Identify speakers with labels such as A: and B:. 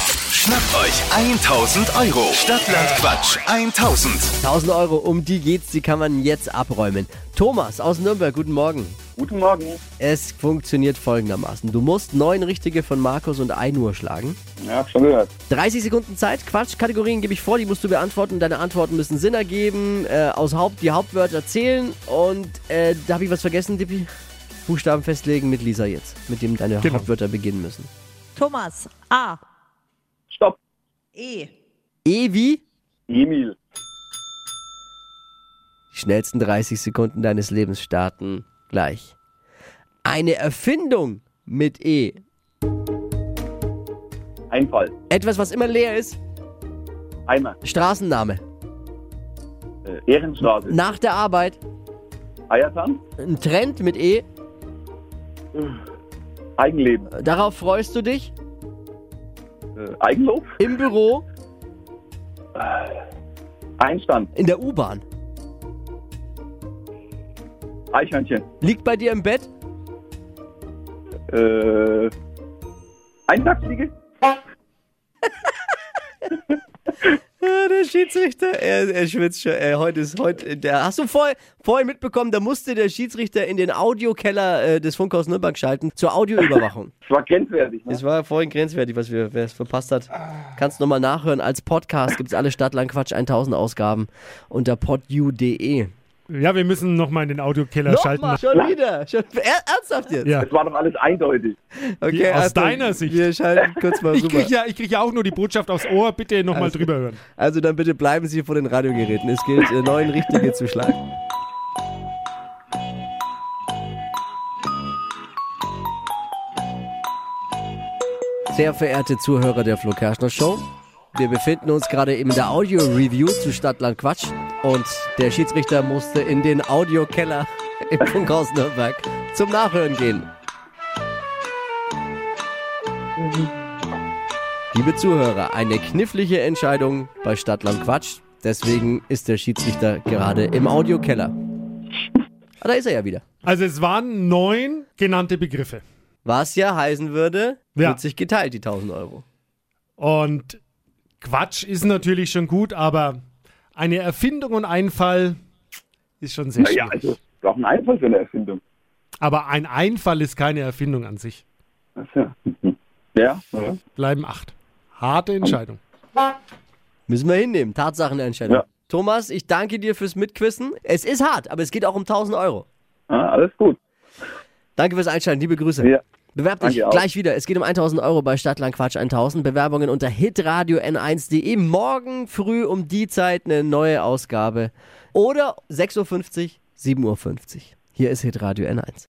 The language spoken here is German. A: Schnappt euch 1000 Euro. Stadtland Quatsch 1000.
B: 1000 Euro, um die geht's, die kann man jetzt abräumen. Thomas aus Nürnberg, guten Morgen.
C: Guten Morgen.
B: Es funktioniert folgendermaßen. Du musst neun richtige von Markus und 1 Uhr schlagen.
C: Ja, hab schon gehört.
B: 30 Sekunden Zeit, Quatsch, Kategorien gebe ich vor, die musst du beantworten. Deine Antworten müssen Sinn ergeben, äh, aus Haupt die Hauptwörter zählen und äh, da habe ich was vergessen, Dippi? Buchstaben festlegen mit Lisa jetzt, mit dem deine Hauptwörter beginnen müssen.
D: Thomas, A,
C: Stopp.
D: E,
B: E wie?
C: Emil.
B: Die schnellsten 30 Sekunden deines Lebens starten gleich. Eine Erfindung mit E.
C: Einfall.
B: Etwas, was immer leer ist.
C: Eimer.
B: Straßenname.
C: Äh, Ehrenstraße.
B: Nach der Arbeit.
C: Eiertan.
B: Ein Trend mit E.
C: Eigenleben.
B: Darauf freust du dich.
C: Äh, Eigenlob.
B: Im Büro.
C: Einstand.
B: In der U-Bahn.
C: Eichhörnchen.
B: Liegt bei dir im Bett.
C: Äh, Eintagsfliege.
B: Ja, der Schiedsrichter, er, er schwitzt schon. Er, heute ist heute. Der, hast du vor, vorhin mitbekommen, da musste der Schiedsrichter in den Audiokeller äh, des Funkhaus Nürnberg schalten zur Audioüberwachung.
C: Das war grenzwertig. Ne?
B: Es war vorhin grenzwertig, was wir wer es verpasst hat. Kannst nochmal nachhören. Als Podcast gibt es alle Stadtlang Quatsch 1000 Ausgaben unter podu.de.
E: Ja, wir müssen nochmal in den Audiokeller schalten.
B: Nochmal, schon wieder. Schon, er, ernsthaft jetzt?
E: Ja.
C: Das war doch alles eindeutig.
B: Okay,
E: Aus
B: also,
E: deiner Sicht.
B: Wir schalten kurz mal
E: Ich
B: rüber.
E: kriege ja, ich krieg ja auch nur die Botschaft aufs Ohr, bitte nochmal
B: Also-
E: drüber hören.
B: Also dann bitte bleiben Sie vor den Radiogeräten. Es gilt, äh, neun richtige zu schlagen. Sehr verehrte Zuhörer der Flo Kerschner Show, wir befinden uns gerade eben in der Audio-Review zu Stadtland Quatsch und der Schiedsrichter musste in den Audiokeller im Funkhaus Nürnberg zum Nachhören gehen. Liebe Zuhörer, eine knifflige Entscheidung bei Stadtland Quatsch. Deswegen ist der Schiedsrichter gerade im Audiokeller. Ah, da ist er ja wieder.
E: Also es waren neun genannte Begriffe.
B: Was ja heißen würde,
E: Ja.
B: wird sich geteilt, die 1000 Euro.
E: Und Quatsch ist natürlich schon gut, aber eine Erfindung und Einfall ist schon sehr
C: Ja,
E: schwierig.
C: also ich brauche einen Einfall für eine Erfindung.
E: Aber ein Einfall ist keine Erfindung an sich.
C: Das, ja. ja, ja.
E: Bleiben acht. Harte Entscheidung.
B: Müssen wir hinnehmen, Tatsachenentscheidung.
C: Ja.
B: Thomas, ich danke dir fürs Mitquissen. Es ist hart, aber es geht auch um 1000 Euro.
C: Ah, alles gut.
B: Danke fürs Einschalten, liebe Grüße.
C: Ja.
B: Bewerb dich
C: Danke auch.
B: gleich wieder. Es geht um 1000 Euro bei Stadtland Quatsch 1000. Bewerbungen unter hitradio n1.de. E. Morgen früh um die Zeit eine neue Ausgabe. Oder 6.50 Uhr, 7.50 Uhr. Hier ist hitradio n1.